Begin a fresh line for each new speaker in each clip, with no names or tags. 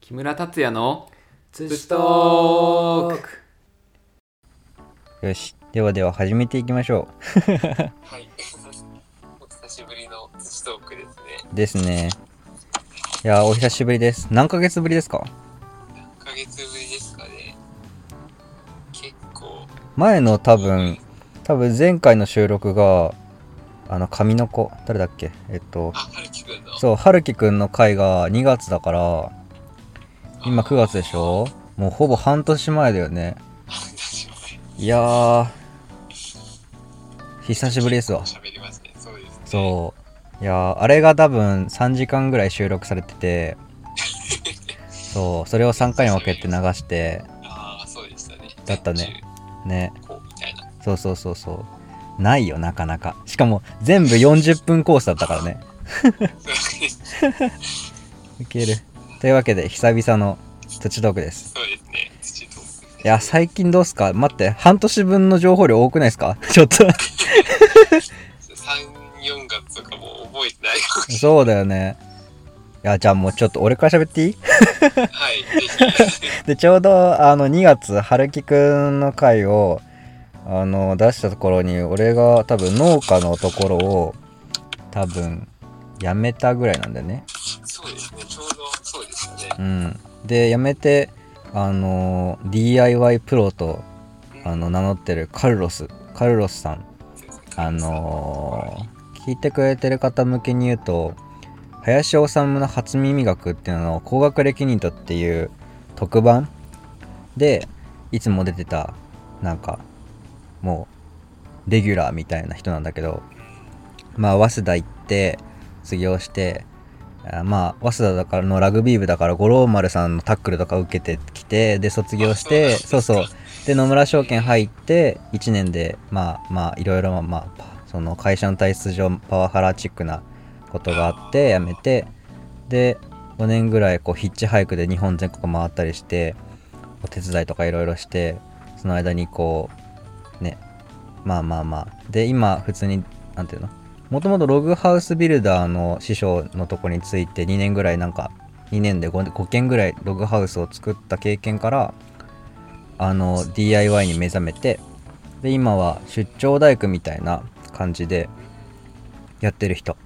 木村達也の
ツ
ツチトーク
よし。ではでは始めていきましょ
はい。 お久しぶりの土トークですね。
う。ですね。いやー、お久しぶりです。何ヶ月ぶりですか
何ヶ月ぶりですかね。結構。
前の多分、多分前回の収録が、あの、神の子、誰だっけえっと
あ、、はるきくんの。
そう、はるきくんの回が2月だから、今9月でしょもうほぼ半年前だよね。
あ確かに
いやー、久しぶりですわ。
喋りますね。そうですね。
そう。いやーあれが多分3時間ぐらい収録されてて、そう、それを3回に分けて流して、
ああ、そうでしたね。
だったね。ね、
こうみたいな。
そうそうそうそう。ないよ、なかなか。しかも、全部40分コースだったから ね。
そうですね
いける。というわけで、久々の土地トークです。
そうですね。土トーク。
いや、最近どうすか待って、半年分の情報量多くないですか ちょっと。
3、4月とかもう覚えてないかもし
そうだよね。いや、じゃあもうちょっと俺から喋っていい
れない。はい。ぜひ
でちょうどあの2月春樹くんの回をあの出したところに俺が多分農家のところを多分辞めたぐらいなんだよね。
そうですね。ちょうどそうでしたね。
うん、で辞めてあの DIY プロと
うん
あの名乗ってるカルロスカルロスさんあ、
そうです
の
ね
聞いてくれてる方向けに言うと林修の初耳学っていうのを高学歴ニートっていう特番でいつも出てたなんかもうレギュラーみたいな人なんだけどまあ早稲田行って卒業してあまあ早稲田だからのラグビー部だから五郎丸さんのタックルとか受けてきてで卒業して
あ
そうそうで野村証券入って1年でまあまあいろいろまあその会社の体質上パワハラチックなことがあって辞めてで5年ぐらいこうヒッチハイクで日本全国回ったりしてお手伝いとかいろいろしてその間にこうねまあまあまあで今普通になんていうのもともとログハウスビルダーの師匠のとこについて2年ぐらいなんか2年で 5, 5件ぐらいログハウスを作った経験からあの DIY に目覚めてで今は出張大工みたいな感じでやってる人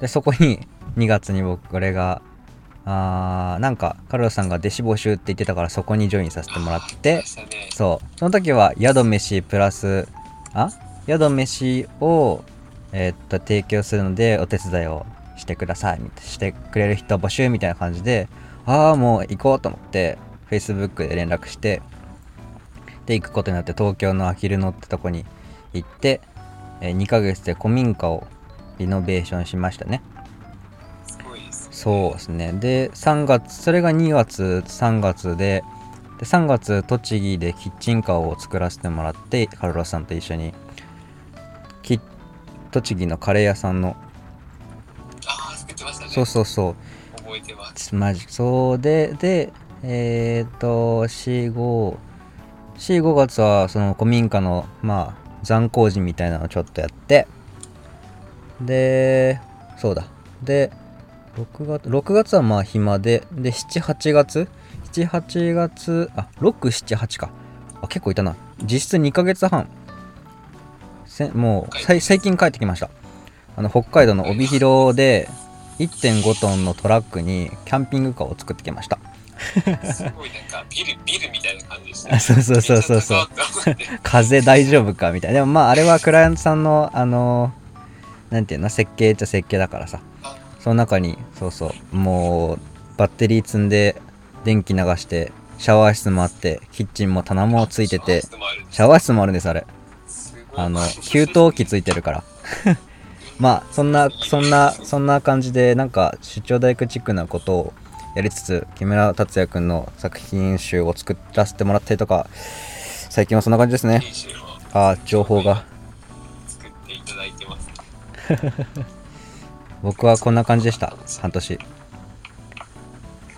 でそこに2月に僕俺があーなんかカルロスさんが弟子募集って言ってたからそこにジョインさせてもらっ
あー
て
でしたね
そうその時は宿飯プラスあ宿飯を、えーっと提供するのでお手伝いをしてくださいみたいしてくれる人募集みたいな感じでああもう行こうと思って Facebook で連絡してで行くことになって東京のあきる野ってとこに行って、え2ヶ月で古民家をリノベーションしましたね
すごいですね。
そうですねで3月それが2月3月でで3月栃木でキッチンカーを作らせてもらってカルロスさんと一緒にキッ栃木のカレー屋さんの
ああ、作ってましたね。
そうそうそう
覚えてます。
つまじそうででえっ、と C5C5 月はその古民家のまあ残工事みたいなのをちょっとやってでそうだで6月6月はまあ暇でで78月78月あ678かあ結構いたな実質2ヶ月半せもうさい最近帰ってきましたあの北海道の帯広で1.5トンのトラックにキャンピングカーを作ってきました
すごいなんかビルビルみたいな感じでしたね、
あ そうそうそうそうそう 風大丈夫かみたいなでもまああれはクライアントさんのあのなんていうの設計っちゃ設計だからさ
あ
その中にそうそうもうバッテリー積んで電気流してシャワー室もあってキッチンも棚もついててシャワー室もあるんですあれあの給湯器ついてるから まあそんなそんなそんな感じでなんか出張大工チックなことをやりつつ木村達也くんの作品集を作らせてもらったりとか最近はそんな感じですねあー情報が
作っていただいてます
僕はこんな感じでした半年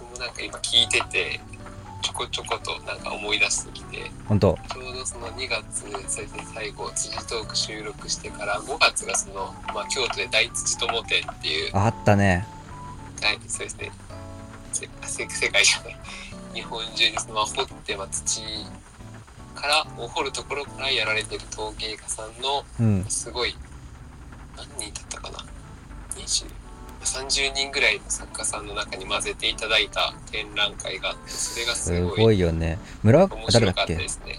僕もなんか今聞いててちょこちょことなんか思い出してきて
本当
ちょうどその2月最最後辻トーク収録してから5月がその、まあ、京都で大土友展っていう
あったね
はい、そうですね。せせ世界じゃない日本中にそのまあ掘っては土からを掘るところからやられてる陶芸家さんの
うん
すごい何人だったかな20 30人ぐらいの作家さんの中に混ぜていただいた展覧会があってそれがす
す
ごい
ごいよね村
面
誰だ
白
っ
かった
け
ですね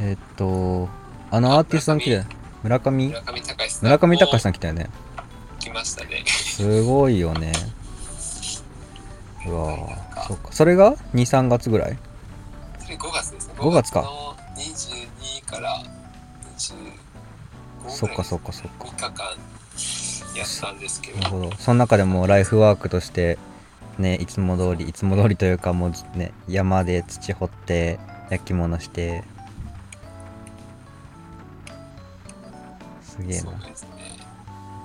えーっとあのアーティストの来て村上
村上隆さん
村上隆
ん
さん来たよね
来ましたね
すごいよねうわーそっかそれが23月ぐらい
それ5月ですね。
5月か
の22から25
そっかそ
っ
っかそっか
3日間やったんですけど
なる、ほどその中でもライフワークとしてねいつも通りいつも通りというかもうずね山で土掘って焼き物してすげえ
そう
な
ですね。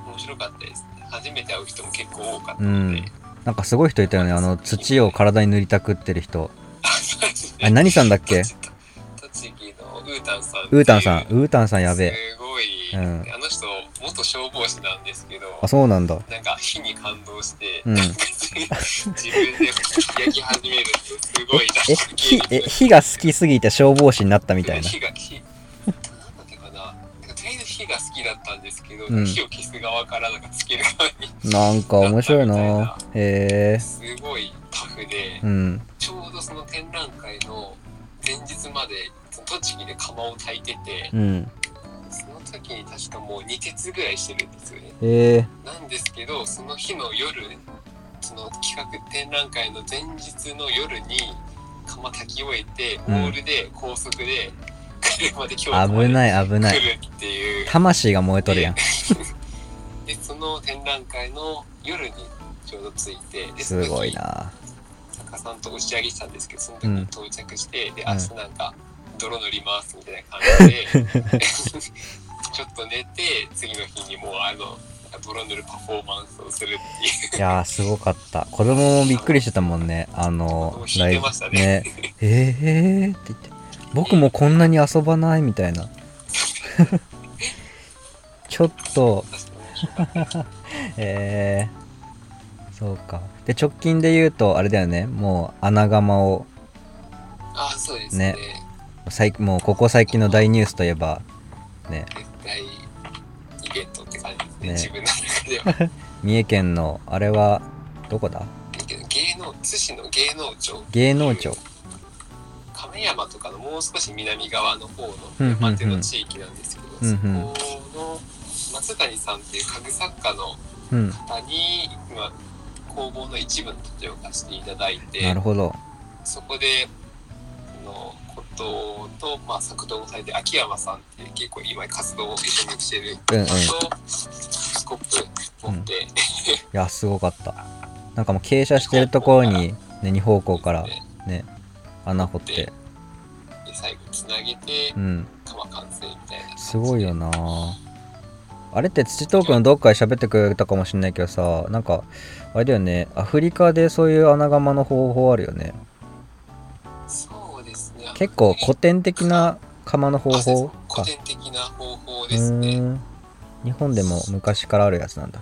面白かったですね。初めて会う人も結構多かった
う
ので。
んなんかすごい人いたよねあの土を体に塗りたくってる人あれ何さんだっけ
栃木のウータンさんっていう。
ウータンさんウータンさんやべえ
すごい、
うん
あの人、元消防士なんですけど、
あそうなんだ
なんか火に感動して、
うん
なんか自分で焼き始めるってすごいな
え火え火が好きすぎて消防士になったみたいな
火が火なんだっけかななんかとりあえず火が好きだったんですけど、
うん
火を消す側からなんかつける側に
なんか面白いなへえ
すごいタフで、
うん
ちょうどその展覧会の前日までその栃木で窯を炊いてて
うん
その時に確かもう2鉄ぐらいしてるんですよね
へえ
なんですけどその日の夜その企画展覧会の前日の夜に窯炊き終えてオ
うん
ールで高速で車で京都まで
危ない危な
来
い
るっていう
魂が燃えとるやん
でその展覧会の夜にちょうど着いてです
ごいな
作家さんと打ち上げしたんですけどその時に到着して、で
ん
明日なんか泥塗りますみたいな感じで ちょっと寝て次の日にもうあのなんか泥塗るパフォーマンスをするっていう
いやーすごかった子供もびっくりしてたもんねあの
子供弾いてましたね
ねえー、って言って僕もこんなに遊ばないみたいな ちょっと
確かに面白かっ
えー、そうかで直近で言うとあれだよねもう穴窯を
たあそうですね
ね最もうここ最近の大ニュースといえばね
絶対イベントって感じですね自
ね
分の中では
三重県のあれはどこだ
だけど芸能津市の芸能 庁
芸能庁
亀山とかのもう少し南側の方の
うんうんうん
山手の地域なんですけど、
うんうん
そこの松谷さんっていう家具作家の
うん
方に今工房の一部の土地を貸していただいて
なるほど
そこでそのことと、まあ、作動もされて秋山さんっていう結構今活動を一緒にしてる
うんうん
と、スコップ持って、
いやすごかったなんかもう傾斜してるところに、ね、2方向から
で
ね穴掘って
最後つなげて
うん
窯完成みたいな感じです
ごいよなあれって土トークのどっかで喋ってくれたかもしんないけどさなんかあれだよねアフリカでそういう穴窯の方法あるよね
そうですね
結構古典的な窯の方
あそう
法
です
か
古典的な方法
う
ですね。
ーん日本でも昔からあるやつなんだ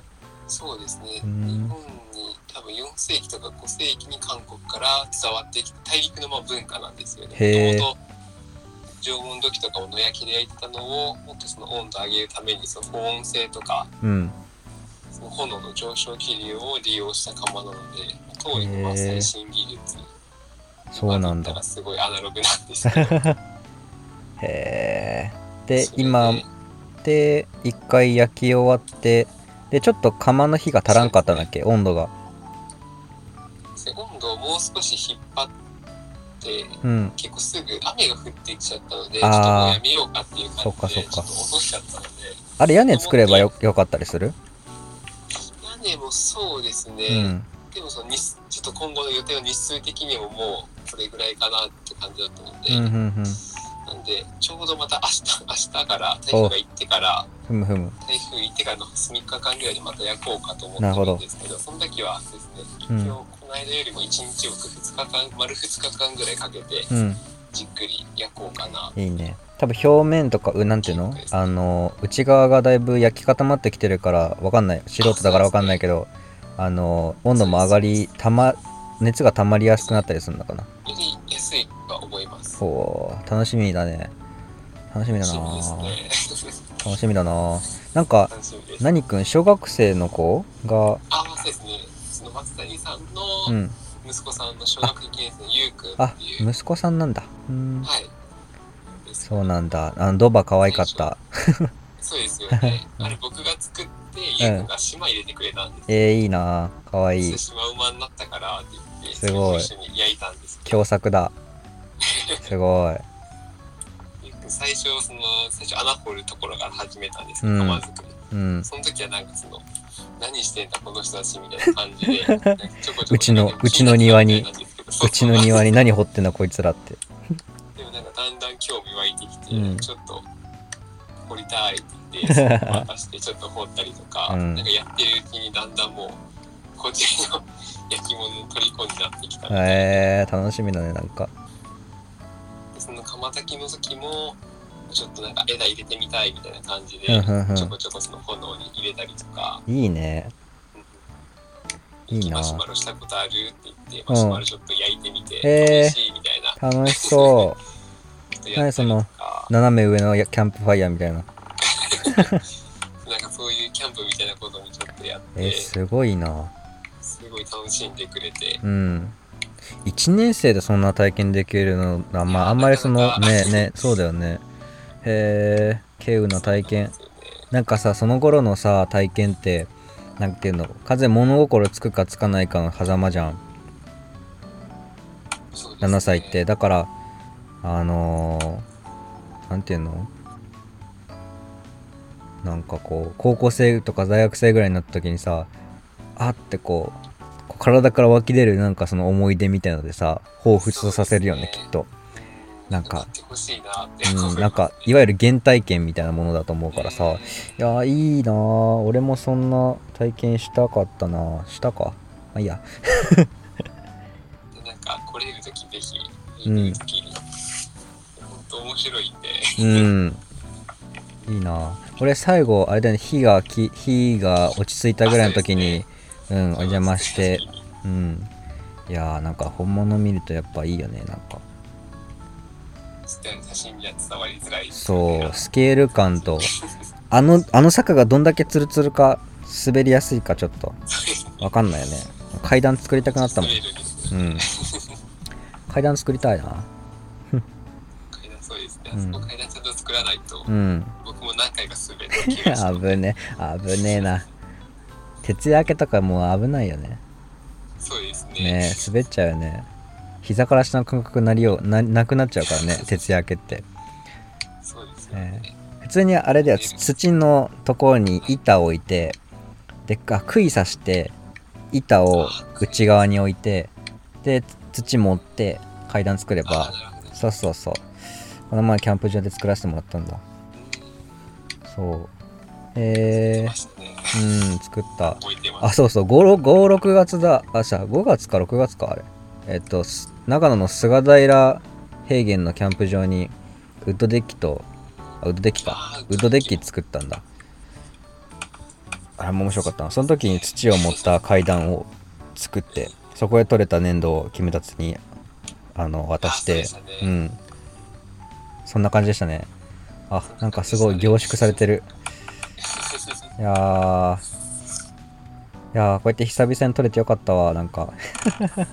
そうですね。日
う
本
ん
に多分4世紀とか5世紀に韓国から伝わってきた大陸のまあ文化なんですよね。
へー
元々縄文土器とかを野焼きで焼いてたのをもっとその温度を上げるためにその保温性とか
うん
その炎の上昇気流を利用した窯なので当時のまあ
へー
最新技術
そうなん
今で言
だ
ったらすごいアナログなんですけど
へえ
それ
で今で一回焼き終わってでちょっと釜の火が足らんかったんだっけ温度が
温度をもう少し引っ張って
うん
結構すぐ雨が降ってきちゃったので、ちょ
あー
っともうやめようかっていう感
そっか
じ
そ
で、
っ
ち
か
ょっと落としちゃったので、
あれ屋根作ればよよかったりする
屋根もそうですね、
うん
でもその日数ちょっと今後の予定の日数的にももうこれぐらいかなって感じだったので、
うんうんうん
なんで、ちょうどまた明日、明日から、台風が行ってから、
ふむふむ
台風行ってからの3日間ぐらいでまた焼こうかと思
なる
っ
ほ
てる
ど
んですけど、その時はですね、
う
今日
ん
この間よりも1日よく2日間、丸2日間ぐらいかけて、
うん
じっくり焼こうかな。
いいね多分表面とかうなんていうのあの内側がだいぶ焼き固まってきてるからわかんない素人だからわかんないけどあの温度も上がりたま熱が溜まりやすくなったりするのかな
やりやすいとは思います。
おー楽しみだね楽しみだ
楽
な
しみ
ぁ
ですね。
楽しみだなぁなんか
楽しみです。
何くん小学生の子が
ああ、そうですね。その松谷さん
う
の
ん
息子さんの小学1年生のゆうくんっ
あ
ていう、
息子さんなんだうん
はい。
そうなんだあのドバ可愛かった
そうですよ ね。あれ僕が作って、ゆうくんが島入れてくれたんです。
えー、いいなぁ可愛い
そして島馬になったからって言って、
すごい
それと一緒に焼いたんですけど、
共作だすごい
ゆうくん最初、その、最初穴掘るところから始めたんですけ
う
ど、
ん
釜作り。
うん
その時はなんかその、何してんだこの人たちみたいな感じで、なんかちょこちょこ
うちのうちの庭に、うちの庭
に。
に何掘ってんだこいつらって
でもなんかだんだん興味湧いてきて、
うん
ちょっと掘りたいって 言って、渡してちょっと掘ったりとか、
うん
なんかやってるうちにだんだんもう、こっちの焼き物の虜になってきたみたいな。
えー、楽しみだねなんか
でその釜炊きの時も、ちょっとなんか枝入れてみたいみたいな感じで、
うんうんうん
ちょこちょこその炎に入れたりとか、
いいねいいな
マシュマロしたことあるって言って、マシュマロちょっと焼いてみて、
へー
楽しいみたいな。
楽しそ
ことやったりとか
う斜め上のやキャンプファイヤーみたいな
なんかそういうキャンプみたいなこともちょっとやっ
え
て、
ー、すごいな
すごい楽しんでくれて、
うん1年生でそんな体験できるのあ,、まあ、あんまりそのねねそうだよねへえ稀有な体験
そうなんですよね
なんかさその頃のさ体験ってなんていうの風物心つくかつかないかの狭間じゃん
そうですね
7歳ってだからあのー、なんていうのなんかこう高校生とか大学生ぐらいになった時にさあってこうこう体から湧き出るなんかその思い出みたいのでさ彷彿とさせるよ
そ
ね
うです
き
ね
っと、
う
なんか
やってほしいなって思い ます
うん、
ね
なんかいわゆる原体験みたいなものだと思うからさ、
うん
いやーいいなー俺もそんな体験したかったなしたかまあいいや
なんか来れる時ぜひ行ける時に、本当面白いんで
うん。いいな俺最後、あれだね、火がき、火が落ち着いたぐらいの時に、うん、お邪魔して、うん。いやーなんか本物見るとやっぱいいよね、なんか。
写真には伝わりづらい
そう、スケール 感と、あの、あの坂がどんだけツルツルか、滑りやすいかちょっと、わかんないよね。階段作りたくなったもん。
う
うん。階段作りたいな。
階段そうですね、
うん
あそこ階段ちゃんと作らないと、
うん。
僕も何回か滑って気がして
危ね、危ねえな。徹夜明けとかもう危ないよね。
そうですね
ねえ滑っちゃうよね膝から下の感覚なりようななくなっちゃうからね徹夜明けって
そうですよね、
普通にあれでは土のところに板を置いてでっか杭刺して板を内側に置いてで土持って階段作れ
ああ
ば
なるほど
そうそうそうこの前キャンプ場で作らせてもらったんだそうえ
出ましたね
ー、うん作った
覚えてま
あ
す
そうそう56月だあじゃあ5月か6月かあれえっとす長野の菅平平原のキャンプ場にウッドデッキとあウッドデッキ
あ
か
ー
ウッドデッキ作ったんだあれも面白かったなその時に土を持った階段を作ってそこで取れた粘土をキムタツにあの渡して
あそうでした
う
ね
んそんな感じでしたねあなんかすごい凝縮されてるいやーいやーこうやって久々に撮れてよかったわなんか
ねなんかやっ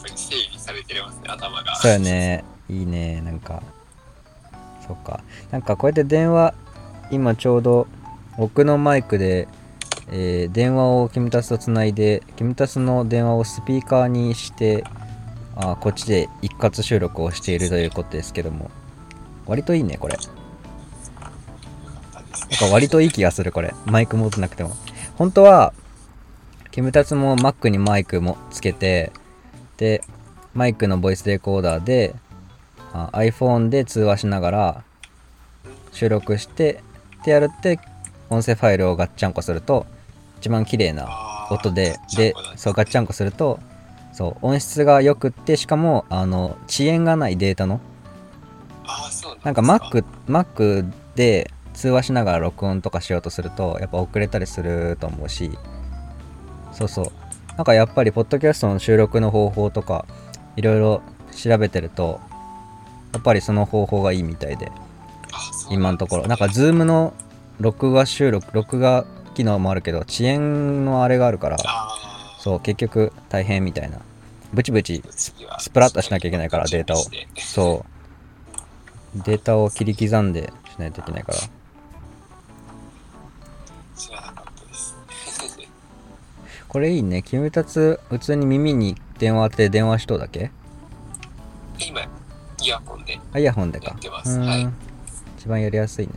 ぱり整理されてますね頭が
そうよねいいねなんかそうかなんかこうやって電話今ちょうど僕のマイクで、えー電話をキムタスとつないでキムタスの電話をスピーカーにしてあーこっちで一括収録をしているということですけども割といいねこれ
よかったです
な
ね
んか割といい気がするこれマイク持ってなくても本当はキムタツも Mac にマイクもつけてでマイクのボイスレコーダーであ iPhone で通話しながら収録してってやるって音声ファイルをガッチャンコすると一番綺麗な
あー
音で
ちゃん
で
こだ
そうガッチャンコするとそう音質が良くってしかもあの遅延がないデータの
あーそう
なんか
です
Mac, Mac で通話しながら録音とかしようとするとやっぱ遅れたりすると思うしそうそうなんかやっぱりポッドキャストの収録の方法とかいろいろ調べてるとやっぱりその方法がいいみたいで
あそう
今
な
の
んで
と
す
こ
ね
ろなんか Zoom の録画収録録画機能もあるけど遅延のあれがあるから
あ
そう結局大変みたいなブチブチ
ー次は
スプラッとしなきゃいけないからデータを
準備して
そうデータを切り刻んでしないといけないから
知らなかったです。
これいいねキムタツ普通に耳に電話当てて電話しとうだけ
今、イヤホンで。
あイヤホンでか
やってます
うーん
はい
一番やりやすいね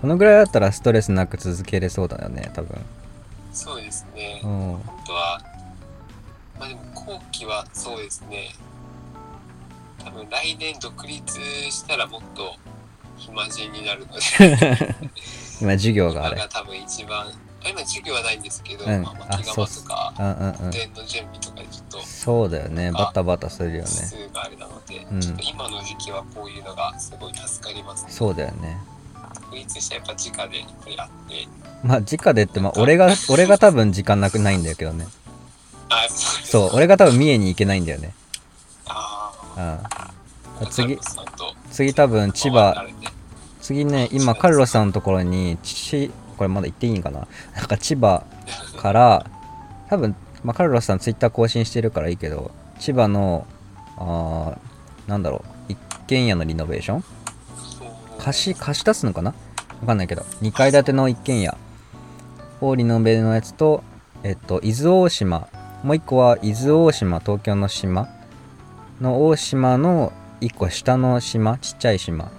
このぐらいだったらストレスなく続けれそうだよね多分
そうですね。
うん
あとは、まあでも後期はそうですね。多分来年独立したらもっと暇人になるので、
今授業が
今
あれ
が多分一番、あ今授業はないんですけど、
うん
まあ、
あ
巻き
そう
釜
っす
とか、
うんうんうん
伝の準備とかでちょっと
そうだよねバタバタするよね
数があれなので、
うん
ちょっと今の時期はこういうのがすごい助かりますね。
そうだよね
独立したらやっぱ直でやっぱりあって、
まあ直でってまあ俺が俺が多分時間なくないんだよけどね
あ、そうです
そう俺が多分三重に行けないんだよね
あ
うん
あ、カル
次
ロスさんと
次多分千
まあ
葉
離れて
次ね今カルロスさんのところにちこれまだ行っていいんかな なんか千葉から多分、まあ、カルロスさんツイッター更新してるからいいけど千葉のあーなんだろう一軒家のリノベーション
そう
貸し貸し出すのかなわかんないけど2階建ての一軒家をリノベのやつとえっと伊豆大島もう1個は伊豆大島東京の島の大島の1個下の島ちっちゃい島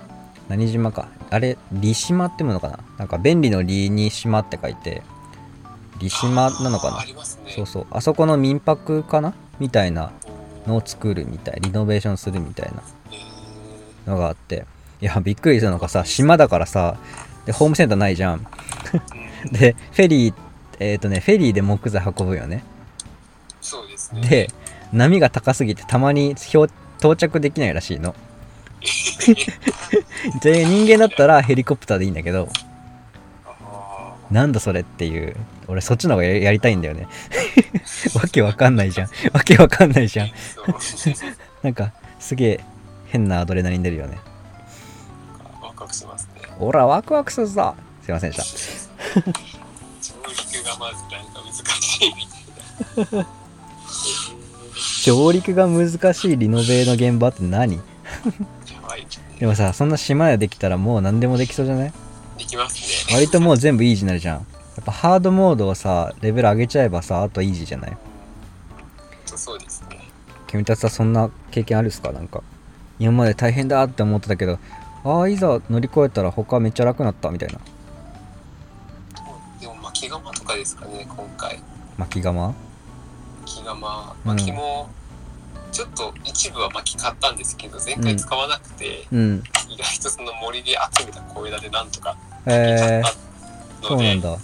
何島かあれ利島ってものかななんか便利の利に島って書いて利島なのか
あーあ
な
りますね。
そうそうあそこの民泊かなみたいなのを
おー
作るみたいリノベーションするみたいな
えー
のがあっていやびっくりするのがさ島だからさでホームセンターないじゃん
うん
でフェリーえっ、とねフェリーで木材運ぶよね
そうですね。
で波が高すぎてたまに漂到着できないらし いので人間だったらヘリコプターでいいんだけど
あ
なんだそれっていう俺そっちの方がややりたいんだよねわけわかんないじゃんわけわかんないじゃん
ーそう
なんかすげえ変なアドレナリン出るよね
ワクワクしますね。
オラワクワクするぞすいませんでした
上陸がまずなんか難しいみたい
上陸が難しいリノベの現場って何
な。やばい。
でもさそんな島でできたらもう何でもできそうじゃない
できますね。
割ともう全部イージーになるじゃんやっぱハードモードをさレベル上げちゃえばさあとイージーじゃない
そうそうですね。
君たちはそんな経験あるっすかなんか今まで大変だって思ってたけどああいざ乗り越えたら他めっちゃ楽になったみたいな
でも巻き釜とかですかね、今回。
巻き釜
巻き釜、
うん
巻きも、ちょっと一部は巻き買ったんですけど、前回使わなくて、
うん
意外とその森で集めた小枝でなんとか
えー、
た
そ
の
う
で、
なんだ
ま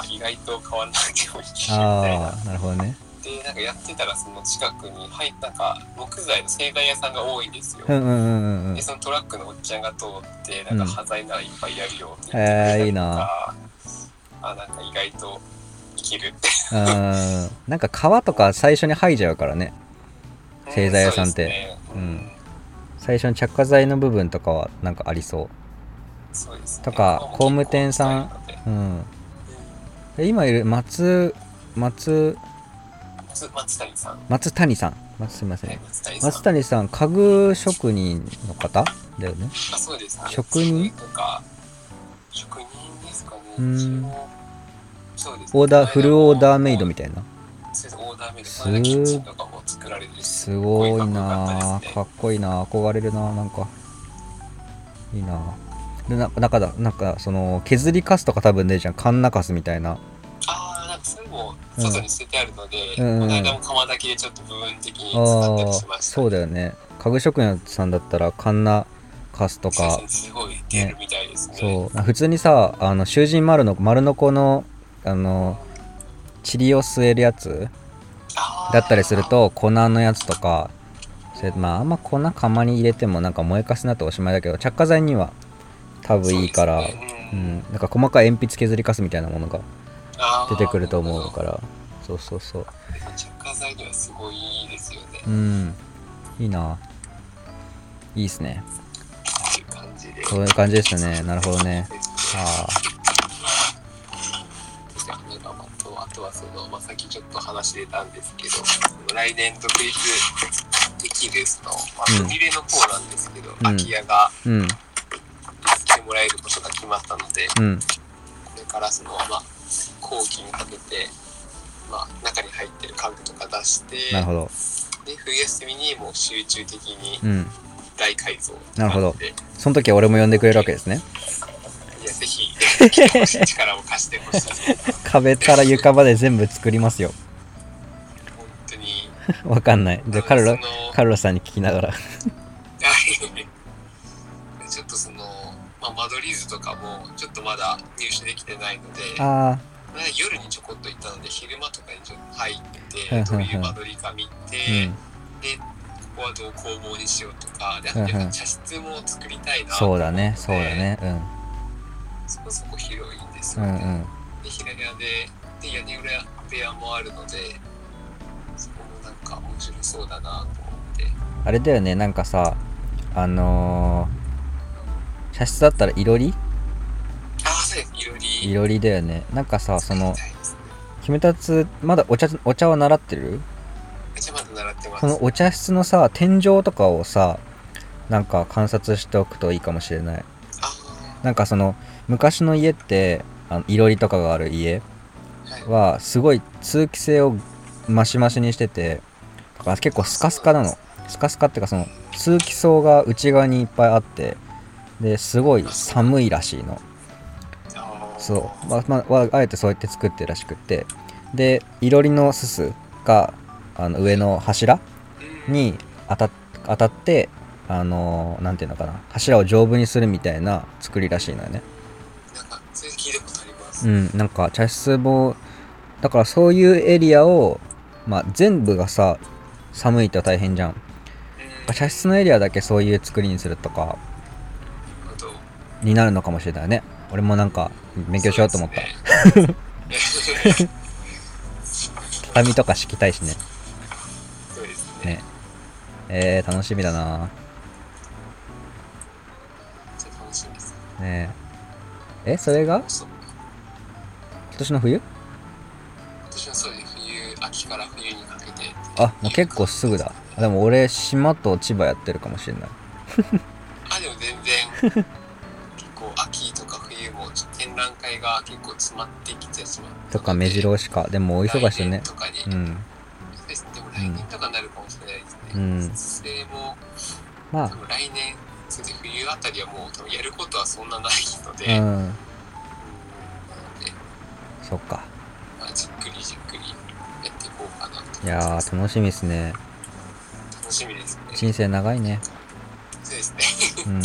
あ、意外と変わらなくてもいいみたいな
あ。あなるほどね
でなんかやってたらその近くに入ったか木材の製材屋さんが多いんですよ、
うんうんうんうんうん
でそのトラックのおっちゃんが通ってなんか
うん
端材ならいっぱいやるよって
へーいい
言ってくれたりと
な
かあなんか意外といける
あーなんか川とか最初に吐いちゃうからね製材屋さんって
そうですねうん
最初に着火剤の部分とかはなんかありそ
そうですね
とか工務店さんううんで今いる松松
松松谷さん
松谷さんまずすいませ
はい
ん
松谷さん
松谷さん家具職人の方だよね
あそうですね
職人
とか職人ですかね
うん
一応そうですね
オーダーフルオーダーメイド
この間も
みたいな
そうですオーダーメイド
す
この間キッチンとかも作られる
すごいなあ
す
か
ごい
っこいいなあ憧れるなあなんかいいなあでななんかだなんかその削りカスとか多分ねじゃんカンナカスみたいな
ああなんかそれも外に捨ててあるので、
うん
この間も釜だけでちょっと部分的に
あ
使ったりしま
ー
した
そうだよね家具職人さんだったらカンナカスとか
そうですねすごい出るみたいですね
そう普通にさあの囚人丸の丸の子のあの塵を吸えるやつ
あー
だったりすると粉のやつとかそれまああんま粉釜に入れてもなんか燃えかすになっておしまいだけど着火剤には多分いいから
そうですね
うん、なんか細かい鉛筆削りかすみたいなものが
あー
出てくると思うからそうそうそう
着火剤にはすごいいいですよね、
うんいいないいっすね
っていう感じで
そういう感じですねなるほどねあ
ですねなんかあとあとはその、まあ、さっきちょっと話出たんですけど来年独立できるその、まあ、
うん
フリレの方なんですけど、
ん
空き家が
ーうん
してもらえることが決まったので、
うん
これからその、まあ、後期にかけて、まあ、中に入ってる家具とか出して
なるほど
で冬休みにもう集中的に
うん
大改造
なるほど
で
その時は俺も呼んでくれるわけですね
いやぜひ来てほしい力を貸してほしい
壁から床まで全部作りますよ
本当に
わかんないじゃあカルロ
その
カルロさんに聞きながら
はい ちょっとその、まあ、間取り図とかもちょっとまだ入手できてないので、
あ
まあ夜にちょこっと行ったので昼間とかにちょっと入って、
はいはいはい
どういう間取りか見て、
あうん
でここはどう工房にしようとかであ
はいはい
とやっぱ茶室も作りたいなと
そ
思
う
って
だねそうだね
そこそこ広いんです
う
よ
んう
ね、
んうん
で平屋でで屋根裏部屋もあるのでそこもなんか面白そうだなと思って
あれだよねなんかさあのー、茶室だったらいろり
ああそうですいろり
いろりだよねなんかさその
作りたいですね
キムタツまだお茶お茶は習ってる
めっちゃまだ習ってます
そのお茶室のさ天井とかをさなんか観察しておくといいかもしれない
あ
なんかその昔の家ってあのいろりとかがある家
ーはい
はすごい通気性をマシマシにしててだから結構スカスカなのスカスカっていうかその通気層が内側にいっぱいあってですごい寒いらしいの
あー
そう、まあまあわ、あえてそうやって作ってるらしくってでいろりのすすがあの上の柱
うん
に当たっ当たってあのーなんていうのかな柱を丈夫にするみたいな作りらしいのよね
なんかそれ聞いたことあります、
うんなんか茶室もだからそういうエリアを、まあ、全部がさ寒いと大変じゃん
うん
茶室のエリアだけそういう作りにするとか
あと
になるのかもしれないね俺もなんか勉強しようと思った、
そうですね
畳とか敷きたいしね
そうですね
ねえー、楽しみだな
めっちゃ楽しみです
ねええそれが
そう
今年の冬
私はそうです冬秋から冬にかけて
あもう結構すぐだあでも俺島と千葉やってるかもしれない
あでも全然 結構秋とか冬もちょっと展覧会が結構詰まってきてしまう
とか目白押しかでも大忙しだね
とかに、
うん
そうですねでも来年とかになるかもしれないですね、
うん
撮影も
ま
多分来年それで冬あたりはもう多分やることはそんなないので、
あう
うん
ん
なので、
そっか
まあ、じっくりじっくりやっていこうかなと
いやー楽しみっすね
楽しみですねそう
人生長いね
ですね
うんい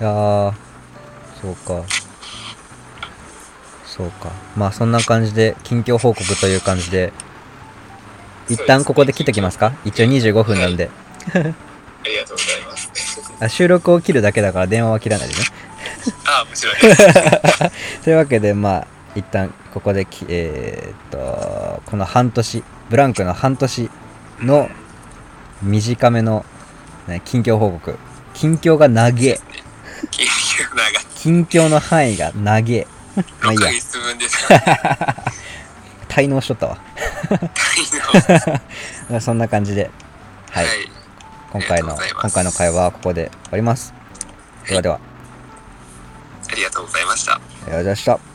やーそうかそうかまあそんな感じで近況報告という感じで一旦ここで切ってきますか一応25分なんで
ありがとうございます
あ収録を切るだけだから電話は切らないでね
ああもちろんです
というわけでまあ一旦ここできえーっとこの半年ブランクの半年の短めの、ね、近況報告近況が長え
緊 急なが
近況の範囲が長え まあ
6
いいや
ヶ月分です からね
滞納しとったわまあそんな感じではい、
はい
今回
ありがと
の
うございます
今回の会話はここで終わりますではでは、
ありがとうございました
ありがとうございました